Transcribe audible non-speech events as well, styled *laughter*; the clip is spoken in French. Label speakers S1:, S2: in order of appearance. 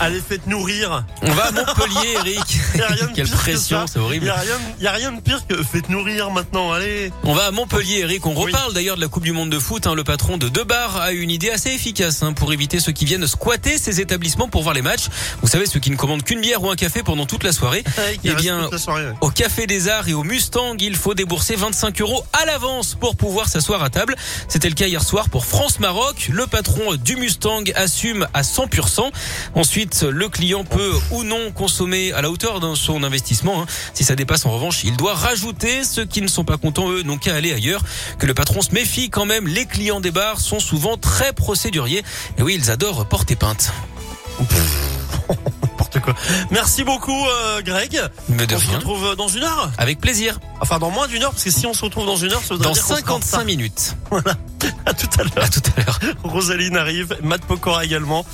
S1: Allez, faites-nous
S2: *laughs*
S1: rire.
S2: On va
S1: *laughs*
S2: à Montpellier, Eric.
S1: Y a rien de
S2: *laughs* Quelle
S1: pire que
S2: pression,
S1: ça.
S2: c'est horrible.
S1: Y a rien, y a rien de pire que faites-nous rire maintenant. Allez.
S2: On va à Montpellier, Eric. On
S1: Oui.
S2: reparle d'ailleurs de la Coupe du Monde de foot. hein. Le patron de deux bars a eu une idée assez efficace hein, pour éviter ceux qui viennent squatter ces établissements pour voir les matchs. Vous savez, ceux qui ne commandent qu'une bière ou un café pendant toute la soirée.
S1: Ah,
S2: Eh bien, *laughs* Au Café des Arts et au Mustang, il faut débourser 25 euros à l'avance pour pouvoir s'asseoir à table. C'était le cas hier soir pour France-Maroc. Le patron du Mustang assume à 100%. Ensuite, le client peut ou non consommer à la hauteur de son investissement. hein. Si ça dépasse, en revanche, il doit rajouter. Ceux qui ne sont pas contents, eux, n'ont qu'à aller ailleurs. Que le patron se méfie quand même. Les clients des bars sont souvent très procéduriers. Et oui, ils adorent porter peinte.
S1: N'importe quoi. Merci beaucoup, euh, Greg.
S2: Mais de
S1: on se
S2: rien.
S1: retrouve dans une heure.
S2: Avec plaisir.
S1: Enfin, dans moins d'une heure, parce que si on se retrouve dans une heure, ça voudrait
S2: Dans
S1: dire qu'on sera en
S2: 55 minutes.
S1: retard. *laughs* À tout à l'heure.
S2: À tout à l'heure.
S1: Rosaline arrive, Matt Pokora également.